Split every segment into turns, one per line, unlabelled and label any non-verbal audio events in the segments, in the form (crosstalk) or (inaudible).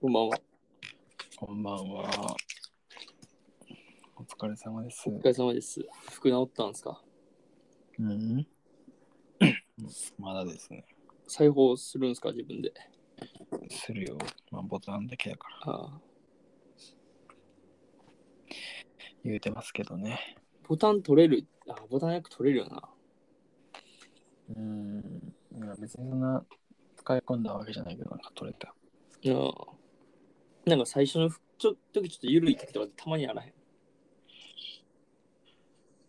こんばんは。
こんばんは。お疲れ様です。
お疲れ様です。服直ったんですか
うん。まだですね。
裁縫するんですか自分で。
するよ。まあ、ボタンだけだから
ああ
言うてますけどね。
ボタン取れる。ああボタンよく取れるよな。
うん。いや、別にそんな使い込んだわけじゃないけど、なんか取れた。
いやなんか最初の服ちょ時ちょっと緩い時とかたまにあらへん。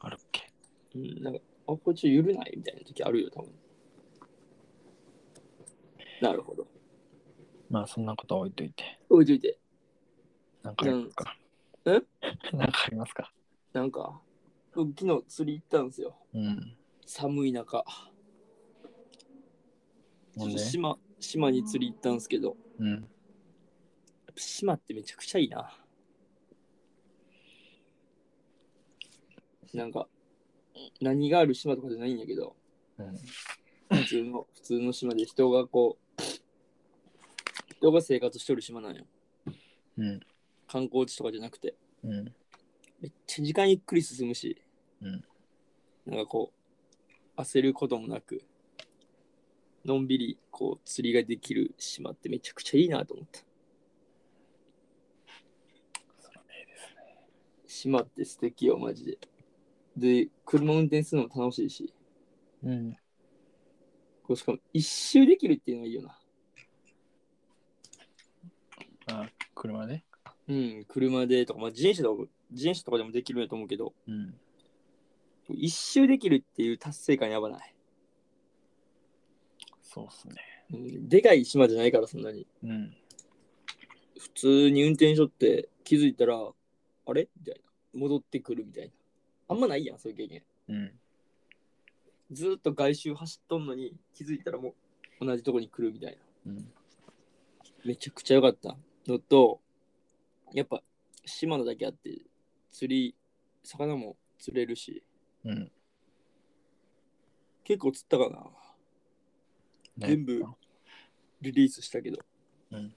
あるっけ
うん、なんか、あ、これちょっと緩ないみたいな時あるよ、多分。なるほど。
まあ、そんなことは置いといて。
置いといて。
なんかありますか
うん
(laughs) なんかありますか
なんか、僕昨日釣り行ったんですよ。
うん。
寒い中。ち
な
ょっ
ん
と
で
島、島に釣り行ったんですけど、
うん。
島ってめちゃくちゃいいな。 (laughs) なんか、何がある島とかじゃないんやけど、
うん。
普通の、 (laughs) 普通の島で人がこう、人が生活してる島なんよ。
うん。
観光地とかじゃなくて、
うん。
めっちゃ時間ゆっくり進むし、
うん
なんかこう、焦ることもなく、のんびりこう釣りができる島ってめちゃくちゃいいなと思った。
それはいいですね。
島って素敵よ、マジで。で、車運転するのも楽しいし、
うん。
こうしかも一周できるっていうのがいいよな。
あ、車で
うん、車でとか、まあ、自転車とかも自転車とかでもできるんやと思うけど、
うん。
一周できるっていう達成感やばない。
そうっすね。
うん、でかい島じゃないから、そんなに。
うん。
普通に運転しとって気づいたら、あれみたいな。戻ってくるみたいな。あんまないやん、そういう経験。
うん。
ずーっと外周走っとんのに気づいたらもう同じとこに来るみたいな。
うん。
めちゃくちゃ良かったのと、やっぱ島のだけあって、釣り、魚も釣れるし、
うん。
結構釣ったかな。
ね
全部リリースしたけど。
うん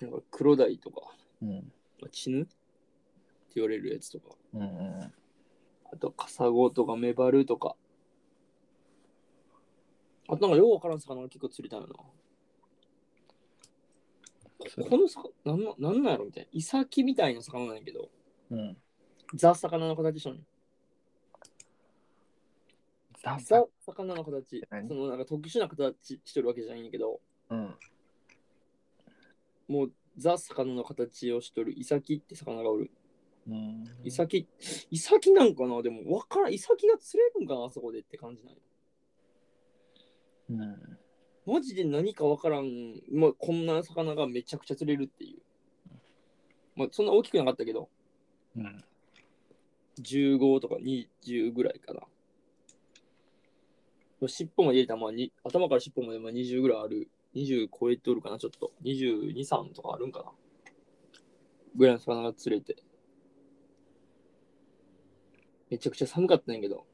なんか黒鯛とか、
うん。
まあチヌって言われるやつとか、
うん。うん。
あとカサゴとかメバルとか。あとなんかようわからん魚が結構釣れたよな。
そう
この魚、なんななんなんやろみたいな。イサキみたいな魚なんやけど、
うん。
ザ魚の形しとんねん
ザ
ザ魚の形。
何
そのなんか特殊な形してるわけじゃないんやけど、
うん。
もうザ魚の形をしとるイサキって魚がおる。
うん。
イサキ、イサキなんかなでもわからん。イサキが釣れるんかなあそこでって感じなんよ
うん。
マジで何かわからん、まあ、こんな魚がめちゃくちゃ釣れるっていう。まあ、そんな大きくなかったけど、
うん。
15とか20ぐらいかな。まあ尻尾まで入れたら、まあ、に頭から尻尾までまあ20ぐらいある。20超えておるかな、ちょっと。22、3とかあるんかな。ぐらいの魚が釣れて。めちゃくちゃ寒かったんやけど、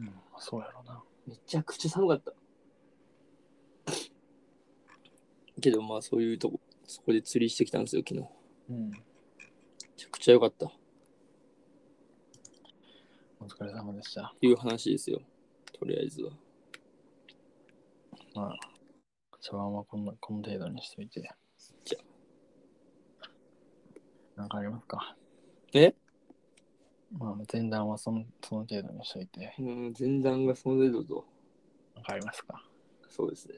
うん。そうやろな。
めちゃくちゃ寒かった。けどまあそういうとこ、そこで釣りしてきたんですよ、昨日。め
うん。
ちゃくちゃ良かったっ
お疲れ様でした。
ていう話ですよ。とりあえずは。
まあ、茶碗はこんな、この程度にしといて。
じゃ
なんかありますか
え
まあ、前段はその、その程度にしといて。
うん、前段がその程度と。
なんかありますか
そうですね。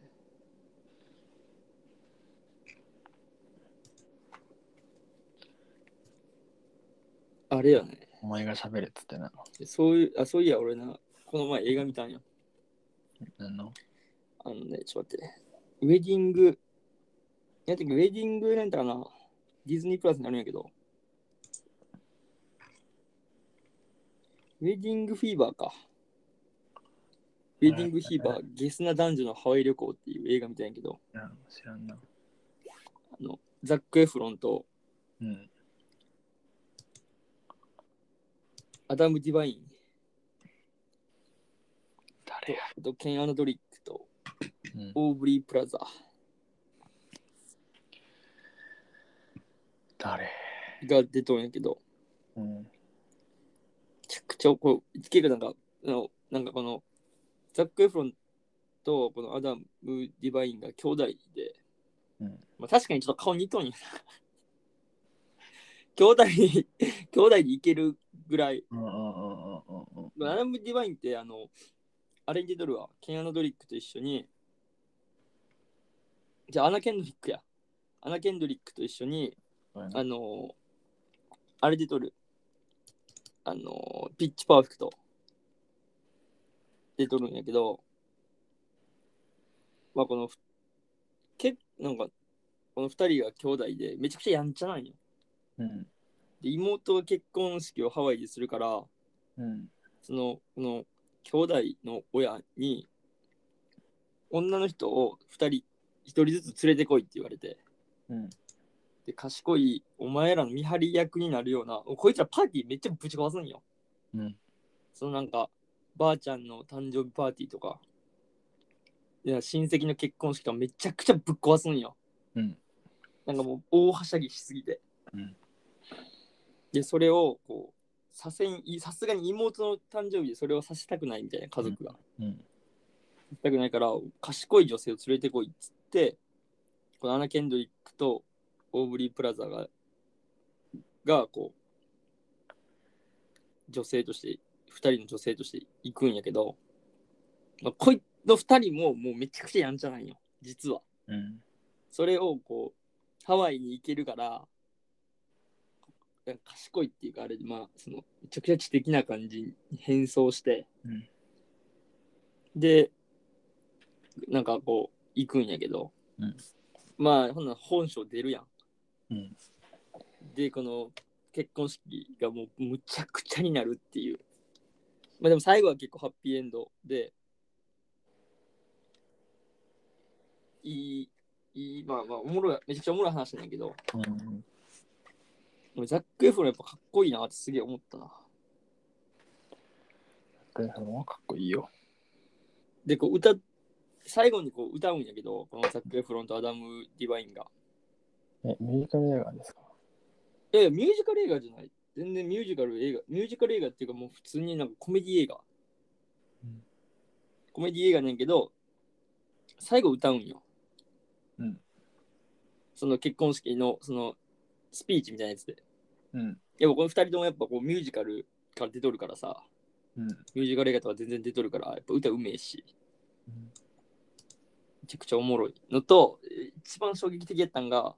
あれやね。
お前が喋れっつってな。
そういう、あ、そういや、俺な、この前映画見たんや。
何の
あのね、ちょっと待ってね。ウェディング、なんていうかウェディングなんだかな、ディズニープラスになるんやけど、ウェディングフィーバーか。ウェディングフィーバー、ゲスな男女のハワイ旅行っていう映画みたいやけど、
うん知らんな。
あの、ザック・エフロンと
うん。
アダム・ディバイン、
誰れや。
と、ケンアンドドリックと、
うん
オーブリー・プラザ。
誰
が出とんやけど、
うん。
めちゃくちゃこう、結構なんか、あのなんかこの、ザック・エフロンとこのアダム・ディバインが兄弟で、
うん
まあ、確かにちょっと顔似とんやな。兄弟、兄弟でいけるぐらい、
うんうんうんうんうんうん。
アダム・ディバインってあの、あれに出とるわ、ケン・アナ・ドリックと一緒に、じゃあアナ・ケンドリックや。アナ・ケンドリックと一緒に、
そうやな
あのーあれで撮る。あのーピッチパーフェクト。で撮るんやけど、まあこのふ、けなんか、この二人が兄弟で、めちゃくちゃやんちゃなんよ。
うん。
で、妹が結婚式をハワイでするから、
うん。
その、この、兄弟の親に、女の人を二人、一人ずつ連れてこいって言われて、
うん。
で賢いお前らの見張り役になるようなこいつらパーティーめっちゃぶち壊すんよ、
うん
そのなんかばあちゃんの誕生日パーティーとかいや親戚の結婚式とかめちゃくちゃぶっ壊すんよ、
うん
なんかもう大はしゃぎしすぎて、
うん
でそれをこうさせんいさすがに妹の誕生日でそれをさせたくないみたいな家族が、
うん。
行きたくないから賢い女性を連れてこいっつってこのアナ・ケンドリックとオーブリー・プラザががこう女性として2人の女性として行くんやけど、まあ、こいの2人ももうめちゃくちゃやんちゃないよ実は
うん。
それをこうハワイに行けるからなんか賢いっていうかあれまあそのめちゃくちゃ知的な感じに変装して、
うん
でなんかこう行くんやけど、
うん
まあほんなら本性出るやん
うん。
でこの結婚式がもうむちゃくちゃになるっていうまあでも最後は結構ハッピーエンドでいいいいまあまあおもろいめちゃくちゃおもろい話なんやけど
うん。
俺ザック・エフロンやっぱかっこいいなってすげえ思ったな
でもかっこいいよ。
でこう歌最後にこう歌うんやけどこのザック・エフロンとアダム・ディバインが
え、ミュージカル映画ですか
いやいやミュージカル映画じゃない全然ミュージカル映画ミュージカル映画っていうかもう普通になんかコメディ映画、
うん
コメディ映画なんやけど最後歌うんよ、
うん
その結婚式のそのスピーチみたいなやつで
うん。
やっぱこの2人ともやっぱこうミュージカルから出とるからさ
うん。
ミュージカル映画とか全然出とるからやっぱ歌うめえしめちゃくちゃおもろいのとえー一番衝撃的やったんが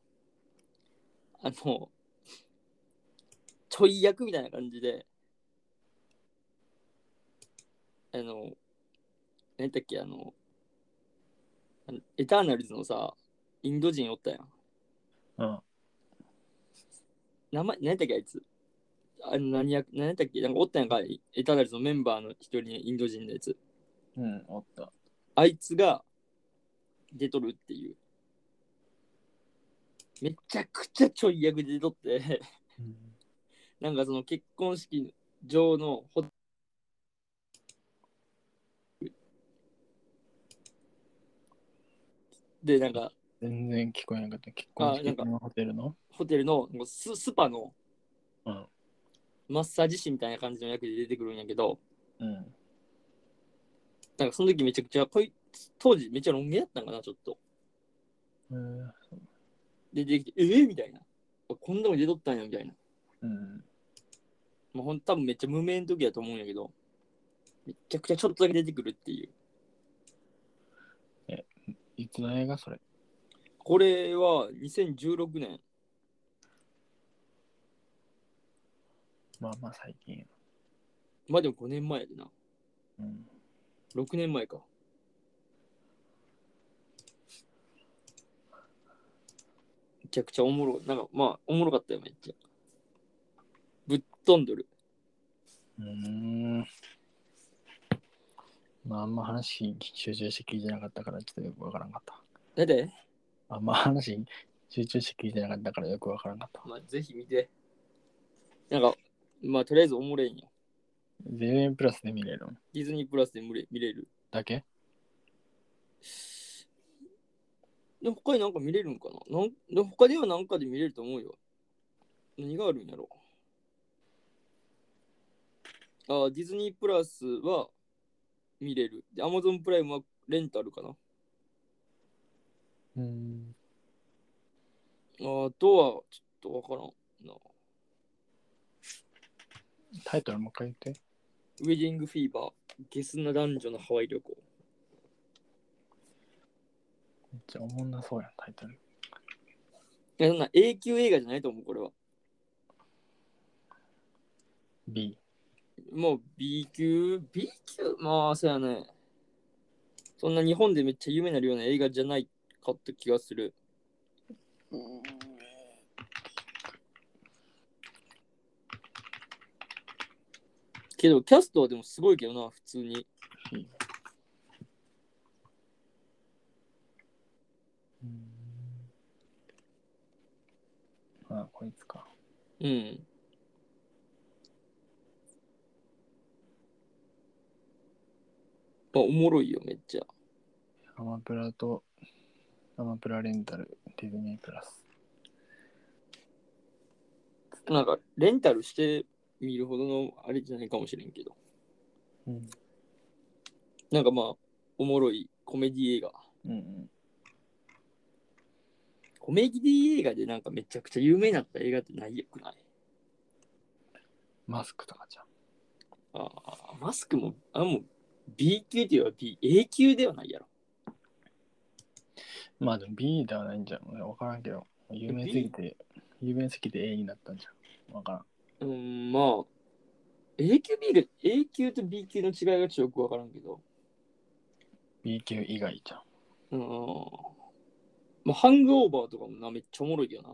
あのちょい役みたいな感じであの何だっけあのあのエターナルズのさインド人おったやん
うん。
名前何やったっけあいつあの何役何やったっけなんかおったやんかエターナルズのメンバーの一人にインド人のやつ
うん。おった。
あいつが出とるっていう。めちゃくちゃちょい役で出とって、 (laughs)
うん。
なんかその結婚式場のホで、なんか
全然聞こえなかった。結
あ
婚
な
式
んか
のホテルの
ホテルのもうススパの
うん
マッサージ師みたいな感じの役で出てくるんやけど、
うん。
なんかその時めちゃくちゃ、こいつ当時めっちゃロン毛やったんかな、ちょっと。
うん。
で、できて、えー、みたいな。こんなもん出とったんや、みたいな。
うん。
もうほん多分めっちゃ無名の時やと思うんやけど、めっちゃくちゃちょっとだけ出てくるっていう。
いつの映画それ
これは2016年。
まあまあ最近。
まあでも5年前やでな。
うん。
6年前か。めちゃくちゃおもろい。なんかまあおもろかったよ、めっちゃ。ぶっ飛んどる。
うーん。まああんま話集中して聞いてなかったからちょっとよくわからんかった。
だって、
あんま話集中して聞いてなかったからよくわからんかった。
まあぜひ見て。なんか、まあとりあえずおもれんよ。
全円プラスで見れるの
ディズニープラスで見れ見れる。
だけ
でも他になんか見れるんかななんでも他ではなんかで見れると思うよ。何があるんやろあディズニープラスは見れる。で、アマゾンプライムはレンタルかな。
うん。
あとはちょっとわからんな。
タイトルもう一回言って。
ウェディングフィーバー、ゲスな男女のハワイ旅行。
めっちゃおもんなそうやん、タイトル。
いや、そんな永久映画じゃないと思う、これは。
B。
もう B 級 ?B 級まあ、そうやね。そんな日本でめっちゃ有名になるような映画じゃないかって気がする。けど、キャストはでもすごいけどな、普通に。
うん。あ、こいつか。
うん。まあ、おもろいよ、めっちゃ。
アマプラと、アマプラレンタル、ディズニープラス。
なんか、レンタルして見るほどのあれじゃないかもしれんけど。
うん。
なんかまあ、おもろいコメディ映画。
うんうん。
コメディ映画でなんかめちゃくちゃ有名になった映画ってないよくない
マスクとかじゃん。
ああ、マスクも、あもう B 級というよりは B、A 級ではないやろ。
まあでも B ではないんじゃん。俺わからんけど。有名すぎて、有名すぎて A になったんじゃん。わからん。
うーん、まあ、A 級 B が、A 級と B 級の違いがちょっとよくわからんけど、
B 級以外じゃん。
うーん、まあ、ハングオーバーとかもな、めっちゃおもろいけどな。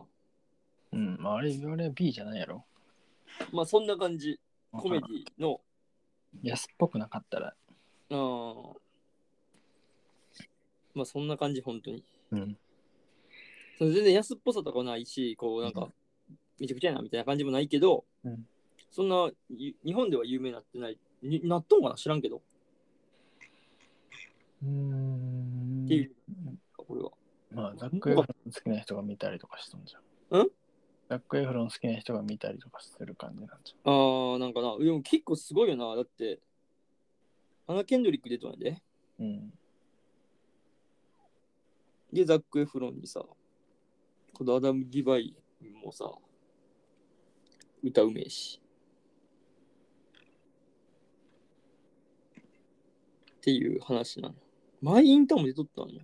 うん。まああれ、あれは B じゃないやろ。
まあ、そんな感じ、
わ
コ
から
メ
ん
ディの、
安っぽくなかったら。
あーまあ、そんな感じ、本当に。
うん。
その全然安っぽさとかはないし、こうなん
う
か、めちゃくちゃやなみたいな感じもないけど、
うん
そんなゆ日本では有名になってない、になっとんかな知らんけど、
うーん
っていう、これは。
まあ、ザックエフロン好きな人が見たりとかしたんじゃん。
ん
ザックエフロン好きな人が見たりとかする感じなんじ
あー、なんかな、でも結構すごいよな、だって、アナ・ケンドリック出たんやで、
ゃん。うん。
で、ザック・エフロンにさ、このアダム・ギバイもさ、歌うめえし。っていう話なの。マイ・インターンも出とったんや。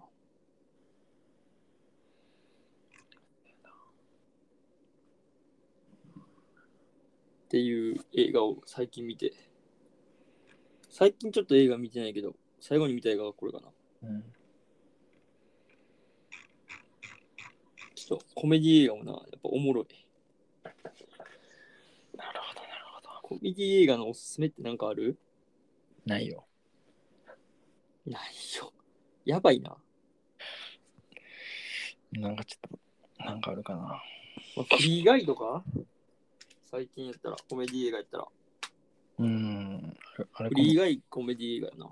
っていう映画を最近見て。最近ちょっと映画見てないけど、最後に見た映画はこれかな。
うん。
ちょっとコメディ映画もな、やっぱおもろい。
なるほど、なるほど。
コメディ映画のおすすめってなんかある
ないよ。
ないよ。やばいな。
なんかちょっと、なんかあるかな。
まあ、フリーガイドか最近やったら、コメディ映画やったら。
うーん。あれ
フ
あ
リ
れ
ーガイコメディ映画やな。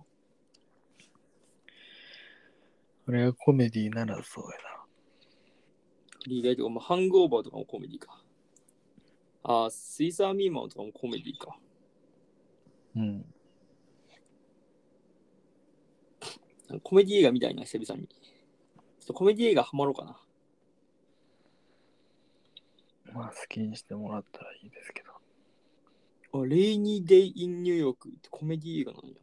あれがコメディならそうや
フリーガイドか、まあ、ハングオーバーとかもコメディか。あー、スイサーミーマンとかもコメディか。
な。うん。
なんかコメディ映画みたいな、久々に。ちょっとコメディ映画ハマろうかな。
まあ、好きにしてもらったらいいですけど。
あレイニー・デイ・イン・ニューヨークってコメディ映画なんや。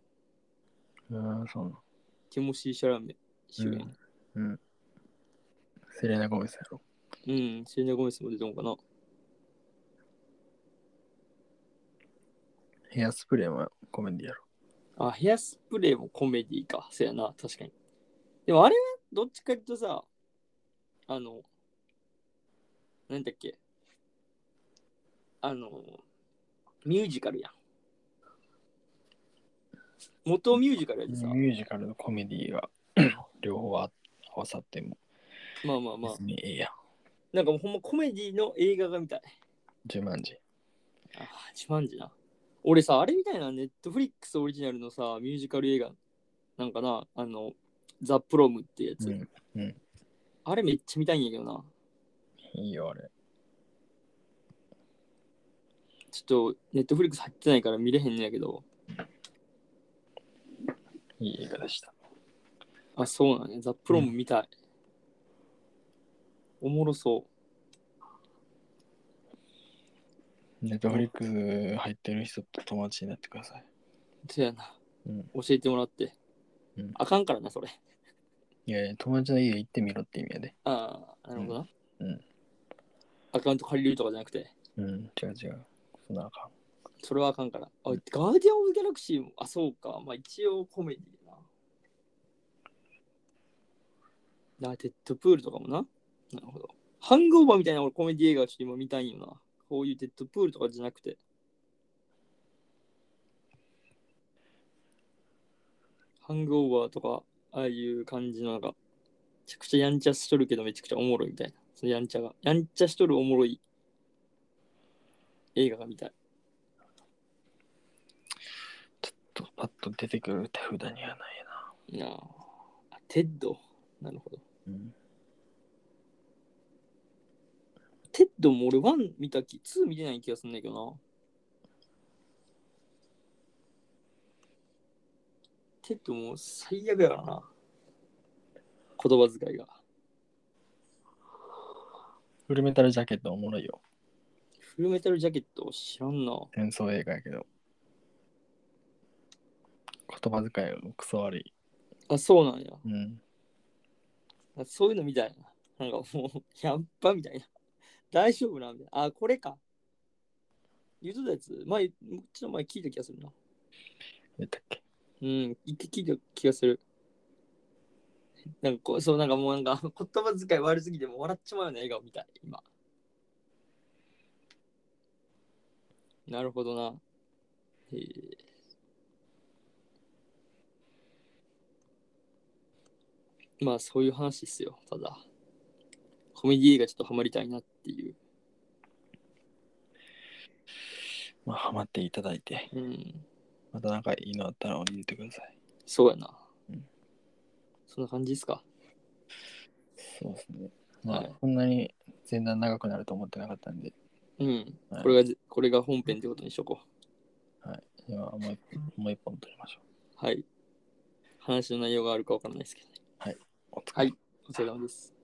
うーん、そうなの。
ティモシー・シャラメ主演。
うん。セレナ・ゴメスやろ。
うん、セレナ・ゴメスも出たのかな。
ヘアスプレーもコメディやろ。
あ、ヘアスプレーもコメディか。そうやな、確かに。でもあれはどっちかっていうとさ、あの、なんだっけ、あの、ミュージカルやん。元ミュージカルやでさ、
ミュージカルとコメディ (clears throat) が両方あ合わさっても
まあまあまあ
別、にええやん。
なんかもうほんまコメディの映画が見たい。
10万字。
あー、ジマンジな。俺さ、あれみたいな、ネットフリックスオリジナルのさ、ミュージカル映画、なんかな、あの、ザ・プロムってやつ。
うん
あれめっちゃ見たいんやけどな。
いいよ、あれ。
ちょっと、ネットフリックス入ってないから見れへんねやけど。
いい映画でした。
あ、そうなんや。ザ・プロム見たい。おもろそ
ネットフリックス入ってる人と友達になってください。
う。せやな。
うん
教えてもらって。
うん
あかんからな、それ。
いやいや、友達の家行ってみろって意味やで。
ああ、なるほどな。
うんうん
アカウント借りるとかじゃなくて、
うん、違う違う。そんなあかん。
それはあかんから。あ、ガーディアン・オブ・ギャラクシーも、あ、そうか。まあ一応コメディだな。な、デッドプールとかもな。なるほど。ハングオーバーみたいな俺コメディ映画をちょっと今見たいんよな。こういうデッドプールとかじゃなくて。ハングオーバーとか、ああいう感じのなんか、めちゃくちゃやんちゃしとるけどめちゃくちゃおもろいみたいな。そのやんちゃが。やんちゃしとるおもろい映画が見たい。
とパッと出てくる手札にはないな。
なああ。テッド。なるほど。
うん。
テッドも俺1見たき、2見てない気がするんだけどな。テッドもう最悪やからな。言葉遣いが。
フルメタルジャケットおもろいよ。
フルメタルジャケット知らんな。
戦争映画やけど。言葉遣いクソ悪い。
あ、そうなんや。
うん。
あそういうのみたいな。なんかもう、やっばみたいな。大丈夫なんだ。あ、これか。言うとったやつ、前、ちょっと前聞いた気がするな。
言ったっけ
うん、一気聞いた気がする。なんかこう、そう、なんかもうなんか (laughs) 言葉遣い悪すぎてもう笑っちまうような笑顔みたい、今。なるほどな。へえまあ、そういう話ですよ、ただ。コメディ映画ちょっとハマりたいなっていう。
まあ、ハマっていただいて、
うん、
またなんかいいのあったら教えてください。
そうやな。
うん
そんな感じですか。
そうですね。まあ、
はい
こんなに前段長くなると思ってなかったんで、
うん、
はい
これがじ、これが本編ってことにしとこう。
今はもう一もう一本取りましょ
はい。話の内容があるかわからないですけど、ね、
う。お疲
は
れ様
いお疲れ様です。